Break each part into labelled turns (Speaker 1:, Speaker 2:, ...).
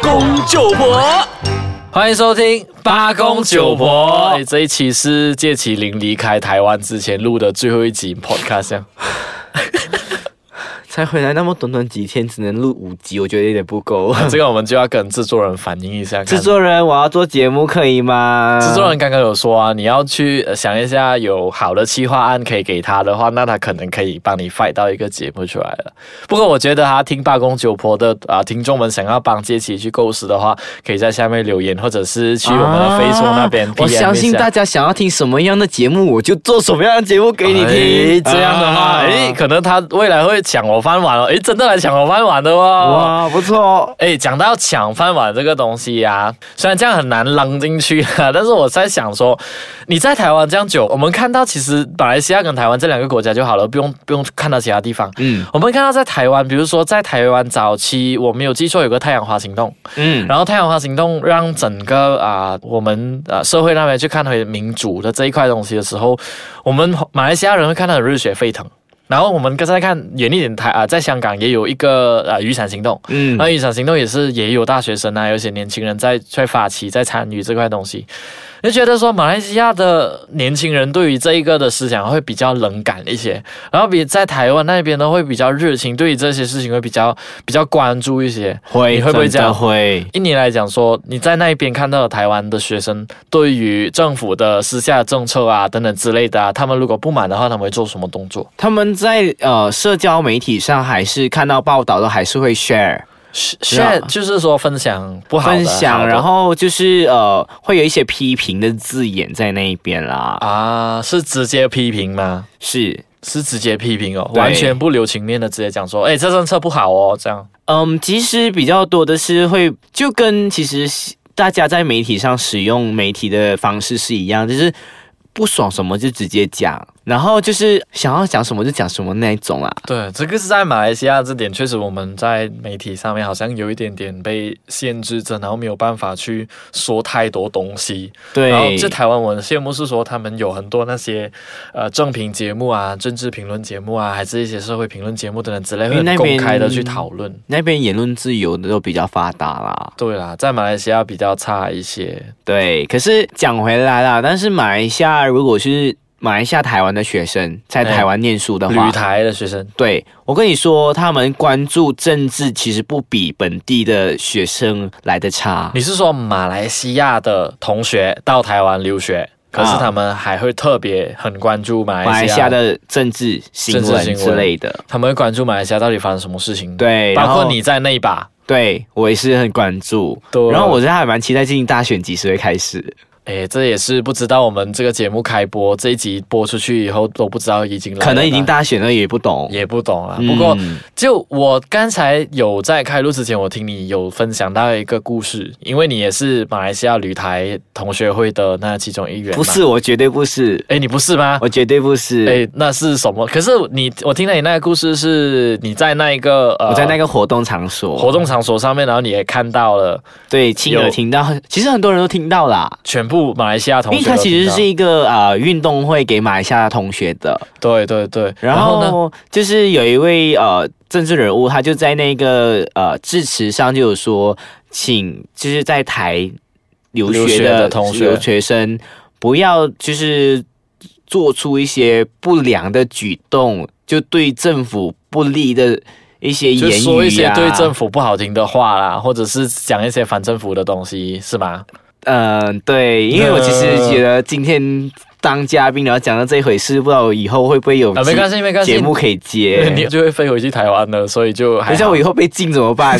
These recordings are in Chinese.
Speaker 1: 公九婆。
Speaker 2: 欢迎收听八公九婆。哎，这一期是借启麟离开台湾之前录的最后一集 podcast 啊。
Speaker 3: 才回来那么短短几天，只能录五集，我觉得有点 不够。
Speaker 2: 这个我们就要跟制作人反映一下。
Speaker 3: 制作人，我要做节目，可以吗？
Speaker 2: 制作人刚刚有说啊，你要去呃想一下，有好的企划案可以给他的话，那他可能可以帮你 fight 到一个节目出来了。不过我觉得啊，听八公九婆的啊、听众们想要帮杰奇去构思的话，可以在下面留言，或者是去我们的 Facebook 那边、
Speaker 3: 啊 我相信大
Speaker 2: 家。
Speaker 3: 家想要听什么样的节目，我就做什么样的节目给你
Speaker 2: 哎
Speaker 3: 听。
Speaker 2: 这样的话，
Speaker 3: 啊
Speaker 2: 哎、可能他未来会抢我饭碗哦。哎，真的来抢我饭碗的哦。
Speaker 3: 哇，不错哦。
Speaker 2: 哎，讲到抢饭碗这个东西呀、虽然这样很难扔进去啊，但是我在想说，你在台湾这样久，我们看到其实马来西亚跟台湾这两个国家就好了，不用不用看到其他地方。
Speaker 3: 嗯
Speaker 2: 我们看到在台湾，比如说在台湾早期，我没有记错，有个太阳花行动，
Speaker 3: 嗯，
Speaker 2: 然后太阳花行动让整个啊、我们啊、社会那边去看回民主的这一块东西的时候，我们马来西亚人会看到很热血沸腾。然后我们刚才看远一点台啊、在香港也有一个啊、雨伞行动，
Speaker 3: 嗯
Speaker 2: 那雨伞行动也是也有大学生啊，有一些年轻人在在发起在参与这块东西。就觉得说马来西亚的年轻人对于这一个的思想会比较冷感一些，然后比在台湾那边呢会比较热情，对于这些事情会比较比较关注一些。
Speaker 3: 会
Speaker 2: 你会不会这样
Speaker 3: 真的会？
Speaker 2: 印尼来讲说，你在那边看到的台湾的学生对于政府的私下政策啊等等之类的啊，他们如果不满的话，他们会做什么动作
Speaker 3: 他们在呃社交媒体上还是看到报道都还是会 share。
Speaker 2: ？share 就是说分享不好的
Speaker 3: 分
Speaker 2: 好
Speaker 3: 享，
Speaker 2: 的
Speaker 3: 然后就是呃，会有一些批评的字眼在那一边啦。
Speaker 2: 啊是直接批评吗？
Speaker 3: 是，
Speaker 2: 是直接批评哦，
Speaker 3: 对
Speaker 2: 完全不留情面的直接讲说，哎，这政策不好哦，这样
Speaker 3: 嗯，其实比较多的是会就跟其实大家在媒体上使用媒体的方式是一样，就是不爽什么就直接讲，然后就是想要讲什么就讲什么那一种啊。
Speaker 2: 对，这个是在马来西亚这点，确实我们在媒体上面好像有一点点被限制着，然后没有办法去说太多东西。然后
Speaker 3: 对，
Speaker 2: 这台湾我很羡慕是说他们有很多那些呃政评节目啊、政治评论节目啊，还是一些社会评论节目等等之类，
Speaker 3: 因
Speaker 2: 会
Speaker 3: 为
Speaker 2: 很
Speaker 3: 那
Speaker 2: 公
Speaker 3: 边
Speaker 2: 开的去讨论。
Speaker 3: 那边言论自由的都比较发达啦。
Speaker 2: 对啦，在马来西亚比较差一些。
Speaker 3: 对，可是讲回来啦，但是马来西亚如果是马来西亚台湾的学生在
Speaker 2: 哎
Speaker 3: 台湾念书的话，
Speaker 2: 旅台的学生
Speaker 3: 对我跟你说，他们关注政治其实不比本地的学生来的差
Speaker 2: 你。是说马来西亚的同学到台湾留学，可是
Speaker 3: 啊
Speaker 2: 他们还会特别很关注马
Speaker 3: 马
Speaker 2: 来
Speaker 3: 来
Speaker 2: 西
Speaker 3: 西
Speaker 2: 亚
Speaker 3: 亚
Speaker 2: 的，
Speaker 3: 的政治新
Speaker 2: 政治
Speaker 3: 闻
Speaker 2: 新闻
Speaker 3: 之类的，
Speaker 2: 他们会关注马来西亚到底发生什么事情，，
Speaker 3: 对，
Speaker 2: 包括
Speaker 3: 然后，
Speaker 2: 你在内吧。
Speaker 3: 对我也是很关注。
Speaker 2: 对啊
Speaker 3: 然后我是还蛮期待最近大选几时会开始。
Speaker 2: 哎，这也是不知道我们这个节目开播这一集播出去以后都不知道已经来了
Speaker 3: 可能已经
Speaker 2: 吧
Speaker 3: 大选了，也不懂。
Speaker 2: 也不懂啊。不过、
Speaker 3: 嗯
Speaker 2: 就我刚才有在开录之前，我听你有分享到一个故事，因为你也是马来西亚旅台同学会的那其中一员。
Speaker 3: 不？是，我绝对不 是，
Speaker 2: 哎，你不是吗？
Speaker 3: 我绝对不是。
Speaker 2: 哎，那是什么？可是你，我听了你那个故事是你在那一个呃，
Speaker 3: 我在那个活动场所，
Speaker 2: 活动场所上面，然后你也看到了
Speaker 3: 对亲
Speaker 2: 有
Speaker 3: 耳听到，其实很多人都听到啦。
Speaker 2: 全部马来西亚同
Speaker 3: 因
Speaker 2: 学
Speaker 3: 为
Speaker 2: 都听到。
Speaker 3: 它其实是一个呃运动会给马来西亚同学的，
Speaker 2: 对对对，
Speaker 3: 然后
Speaker 2: 呢？
Speaker 3: 就是有一位呃政治人物，他就在那个呃致辞上就有说，请就是在台留
Speaker 2: 留
Speaker 3: 学
Speaker 2: 学
Speaker 3: 的
Speaker 2: 的同学
Speaker 3: 留学生不要就是做出一些不良的举动，就对政府不利的一些
Speaker 2: 就
Speaker 3: 言语、啊、
Speaker 2: 说一些对政府不好听的话啦，或者是讲一些反政府的东西，是吗？
Speaker 3: 嗯，对，因为我其实觉得今天当嘉宾，然后讲到这一回事，不知道以后会不会有
Speaker 2: 啊，没关系，没关系，
Speaker 3: 节目可以
Speaker 2: 你
Speaker 3: 接。
Speaker 2: 就会飞回去台湾了，所以就
Speaker 3: 等
Speaker 2: 还
Speaker 3: 一下
Speaker 2: 好
Speaker 3: 我以。后被禁怎么办？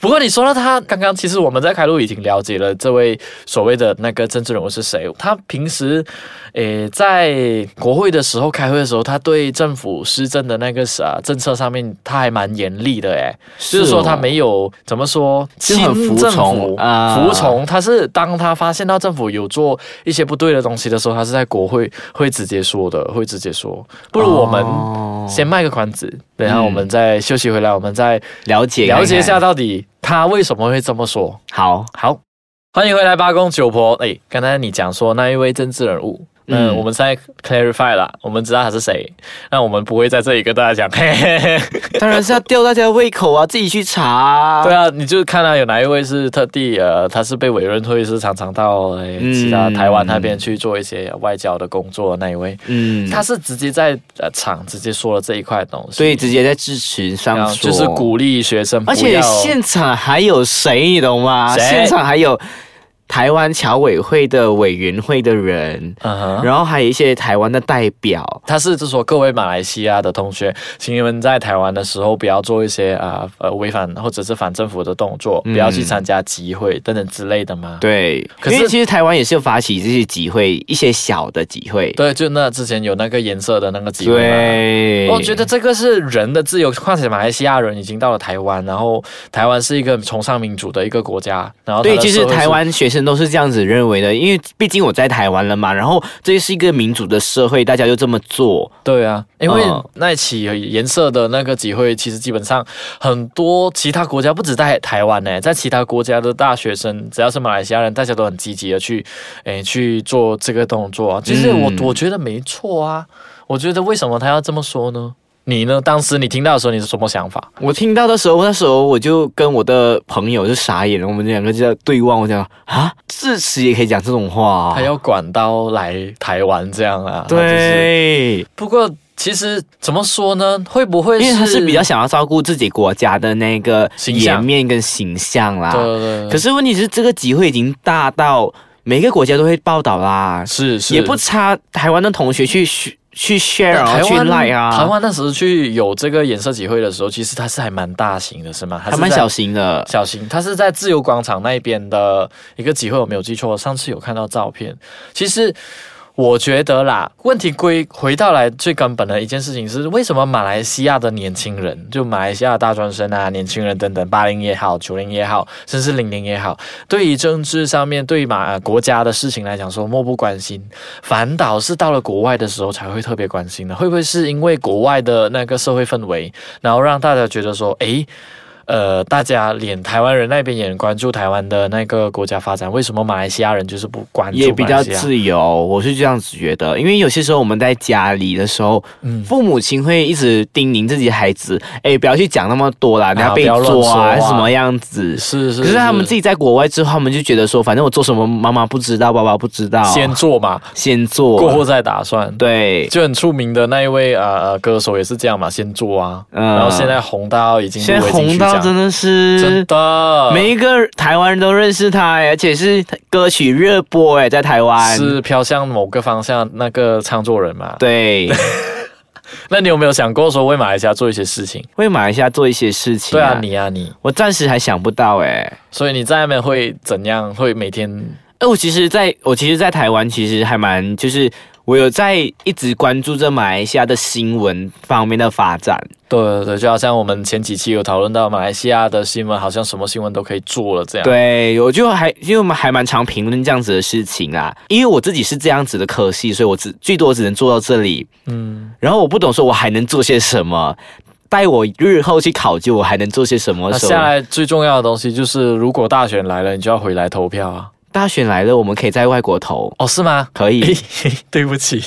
Speaker 2: 不过你说到他刚刚，其实我们在开录已经了解了这位所谓的那个政治人物是谁。他平时，诶，在国会的时候开会的时候，他对政府施政的那个啊政策上面，他还蛮严厉的诶，
Speaker 3: 哦
Speaker 2: 就是说他
Speaker 3: 没。
Speaker 2: 没有怎么说
Speaker 3: 就很
Speaker 2: 亲
Speaker 3: 服
Speaker 2: 政
Speaker 3: 从
Speaker 2: 府
Speaker 3: 啊
Speaker 2: 服从，他是当他发现到政府有做一些不对的东西的时候，他是在国会会直接说的，会直接说。不如我们
Speaker 3: 哦
Speaker 2: 先卖个关子，等一下
Speaker 3: 嗯
Speaker 2: 我们再休息回来，我们再
Speaker 3: 了解
Speaker 2: 了解一下
Speaker 3: 看看。
Speaker 2: 到底他为什么会这么说。
Speaker 3: 好，
Speaker 2: 好，欢迎回来八公九婆。哎，刚才你讲说那一位政治人物，嗯，
Speaker 3: 嗯
Speaker 2: 我们现在 clarify 了，我们知道他是谁，那我们不会在这里跟大家讲。 嘿嘿嘿
Speaker 3: 当
Speaker 2: 啊
Speaker 3: 然是要吊大家的胃口啊，自己去查、啊。
Speaker 2: 对啊，你就看到、有哪一位是特地呃，他是被委任会是常常到诶
Speaker 3: 嗯
Speaker 2: 其他台湾那边去做一些呃外交的工作的那一位，
Speaker 3: 嗯，
Speaker 2: 他是直接在呃场直接说了这一块东西，
Speaker 3: 所以直接在支持
Speaker 2: 然
Speaker 3: 上
Speaker 2: 后
Speaker 3: 说，
Speaker 2: 就是鼓励学生不
Speaker 3: 而
Speaker 2: 要，
Speaker 3: 且现场还有谁，你懂吗？
Speaker 2: 谁
Speaker 3: 现场还有台湾侨委会的委员会的人，
Speaker 2: 嗯哼。
Speaker 3: 然后还有一些台湾的代表。
Speaker 2: 他是就说各位马来西亚的同学，请你们在台湾的时候不要做一些啊呃违反或者是反政府的动作，不要去参加集会等等之类的嘛。
Speaker 3: 嗯对，
Speaker 2: 可
Speaker 3: 因为
Speaker 2: 是
Speaker 3: 其实台湾也是有发起这些集会，一些小的集会。
Speaker 2: 对，就那之前有那个颜色的那个集会嘛。
Speaker 3: 对，
Speaker 2: 我觉得这个是人的自由，况且马来西亚人已经到了台湾，然后台湾是一个崇尚民主的一个国家，然后它
Speaker 3: 对，
Speaker 2: 的
Speaker 3: 其实
Speaker 2: 社会是
Speaker 3: 台湾学生都是这样子认为的，因为毕竟我在台湾了嘛，然后这是一个民主的社会，大家就这么做。
Speaker 2: 对啊，因为
Speaker 3: 嗯
Speaker 2: 那起颜色的那个集会，其实基本上很多其他国家，不止在台湾呢，在其他国家的大学生，只要是马来西亚人，大家都很积极的去，诶，去做这个动作啊。其实我、
Speaker 3: 嗯
Speaker 2: 我觉得没错啊，我觉得为什么他要这么说呢？你呢？当时你听到的时候，你是什么想法？
Speaker 3: 我听到的时候，那时候我就跟我的朋友就傻眼了，我们两个就在对望，我讲啊，致辞也可以讲这种话、
Speaker 2: 他要管到来台湾这样啊？他就是、
Speaker 3: 对，
Speaker 2: 不过其实怎么说呢？会不会
Speaker 3: 因为他是比较想要照顾自己国家的那个
Speaker 2: 形象
Speaker 3: 颜面跟形象啦。
Speaker 2: 对对对
Speaker 3: 啊可是问题是，这个集会已经大到每个国家都会报道啦，
Speaker 2: 是是
Speaker 3: 也不差台湾的同学去去去 share 啊，
Speaker 2: 台
Speaker 3: 去
Speaker 2: 湾
Speaker 3: like 啊，
Speaker 2: 台湾那时候去有这个颜色集会的时候，其实它是还蛮大型的，是吗？它
Speaker 3: 还
Speaker 2: 是
Speaker 3: 蛮
Speaker 2: 在
Speaker 3: 小型的。
Speaker 2: 小型，它是在自由广场那边的一个集会，我没有记错，上次有看到照片。其实我觉得啦，问题归回到来最根本的一件事情是，为什么马来西亚的年轻人，就马来西亚的大专生啊、年轻人等等，八零也好，九零也好，甚至零零也好，对于政治上面、对于马、呃国家的事情来讲说漠不关心，反倒是到了国外的时候才会特别关心呢？会不会是因为国外的那个社会氛围，然后让大家觉得说，诶，呃，大家连台湾人那边也很关注台湾的那个国家发展，为什么马来西亚人就是不关注
Speaker 3: 也比
Speaker 2: 马来
Speaker 3: 较
Speaker 2: 西亚？
Speaker 3: 自由，我是这样子觉得，因为有些时候我们在家里的时候，
Speaker 2: 嗯
Speaker 3: 父母亲会一直叮咛自己孩子，哎，不要去讲那么多啦，人家
Speaker 2: 啊
Speaker 3: 被
Speaker 2: 不要乱
Speaker 3: 抓
Speaker 2: 说
Speaker 3: 啊，
Speaker 2: 啊
Speaker 3: 什么样子，
Speaker 2: 是是，
Speaker 3: 可是他们自
Speaker 2: 己
Speaker 3: 己在国外之后，他们就觉得说，反正我做什么，妈妈不知道，爸爸不知道，
Speaker 2: 先做 嘛，
Speaker 3: 先做，
Speaker 2: 过后再打算。
Speaker 3: 对，
Speaker 2: 就很出名的那一位呃呃歌手也是这样嘛，先做啊，
Speaker 3: 嗯
Speaker 2: 然后现在红到已经
Speaker 3: 现在
Speaker 2: 入围金
Speaker 3: 红
Speaker 2: 曲奖
Speaker 3: 到真的
Speaker 2: 真
Speaker 3: 是。
Speaker 2: 的
Speaker 3: 每一个台湾人都认识他，而且是歌曲热播哎，在台湾。，
Speaker 2: 是飘向某个方向那个唱作人嘛？
Speaker 3: 对，
Speaker 2: 那你有没有想过说为马来西亚做一些事情？
Speaker 3: 为马来西亚做一些事情、
Speaker 2: 对啊，你啊你，
Speaker 3: 我暂时还想不到哎。
Speaker 2: 所以你在那边会怎样？会每天
Speaker 3: 哎，我其实在，我其实，在台湾其实还蛮，就是我有在一直关注着马来西亚的新闻方面的发展。
Speaker 2: 对对对，就好像我们前几期有讨论到马来西亚的新闻，好像什么新闻都可以做了这样。
Speaker 3: 对，我就还因为我们还蛮常评论这样子的事情啦，因为我自己是这样子的科系，所以我只最多只能做到这里。嗯，然后我不懂说我还能做些什么，待我日后去考究我还能做些什么
Speaker 2: 那
Speaker 3: 的时候。
Speaker 2: 啊下来最重要的东西就是，如果大选来了，你就要回来投票 啊！
Speaker 3: 大选来了，我们可以在外国投，
Speaker 2: 哦，是吗？
Speaker 3: 可以
Speaker 2: 哦对不起，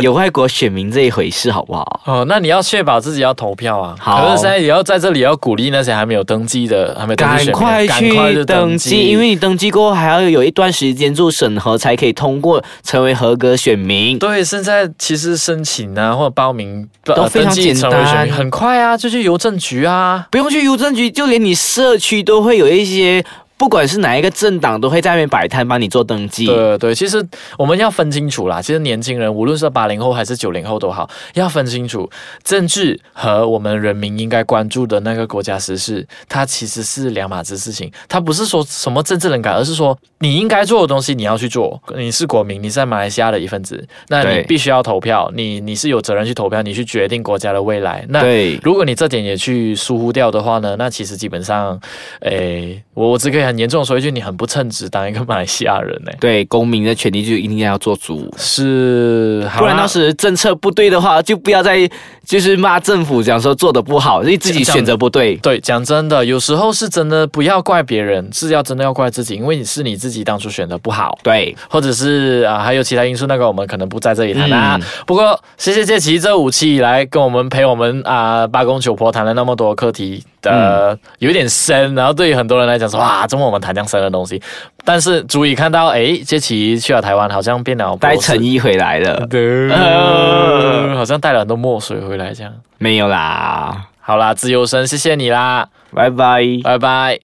Speaker 3: 有外国选民这一回事，好不好？
Speaker 2: 哦，那你要确保自己要投票啊。
Speaker 3: 好
Speaker 2: 可是现在也要在这里要鼓励那些还没有登记的、还没登记
Speaker 3: 赶
Speaker 2: 选民
Speaker 3: 快
Speaker 2: 赶快
Speaker 3: 去
Speaker 2: 就
Speaker 3: 登记，因为你登记过后还要有一段时间做审核，才可以通过成为合格选民。
Speaker 2: 对，现在其实申请啊或者报名
Speaker 3: 都非常
Speaker 2: 登记成为选
Speaker 3: 简
Speaker 2: 民
Speaker 3: 单
Speaker 2: 很快啊，就去邮政局啊。
Speaker 3: 不用去邮政局，就连你社区都会有一些，不管是哪一个政党，都会在那边摆摊帮你做登记。
Speaker 2: 对对，其实我们要分清楚啦。其实年轻人，无论是八零后还是九零后都好，要分清楚政治和我们人民应该关注的那个国家时事，它其实是两码子事情。它不是说什么政治冷感，而是说你应该做的东西你要去做。你是国民，你是在马来西亚的一份子，那你
Speaker 3: 对
Speaker 2: 必须要投票，你你是有责任去投票，你去决定国家的未来。那
Speaker 3: 对
Speaker 2: 如果你这点也去疏忽掉的话呢，那其实基本上，诶，我我只可以很严重的时候，会觉得你很不称职，当一个马来西亚人呢、
Speaker 3: 对公民的权利就一定要做足，
Speaker 2: 是，好啊
Speaker 3: 不然
Speaker 2: 啦
Speaker 3: 当时政策不对的话，就不要再就是骂政府，讲说做的不好，因为自己选择不对。
Speaker 2: 对，讲真的，有时候是真的不要怪别人，是要真的要怪自己，因为你是你自己当初选的不好，
Speaker 3: 对，
Speaker 2: 或者是啊、还有其他因素，那个我们可能不在这里谈啦、
Speaker 3: 嗯
Speaker 2: 不过谢谢杰奇这五期以来跟我们陪我们啊、八公九婆谈了那么多课题
Speaker 3: 嗯
Speaker 2: 的、有一点深，然后对于很多人来讲说哇，怎么我们谈这样深的东西？但是足以看到，哎，杰奇去了台湾，好像变了博
Speaker 3: 带
Speaker 2: 士
Speaker 3: 诚意回来了，
Speaker 2: 呃好像带了很多墨水回来这样。
Speaker 3: 没有啦，
Speaker 2: 好啦，自由生，谢谢你啦，
Speaker 3: 拜拜。
Speaker 2: 拜拜。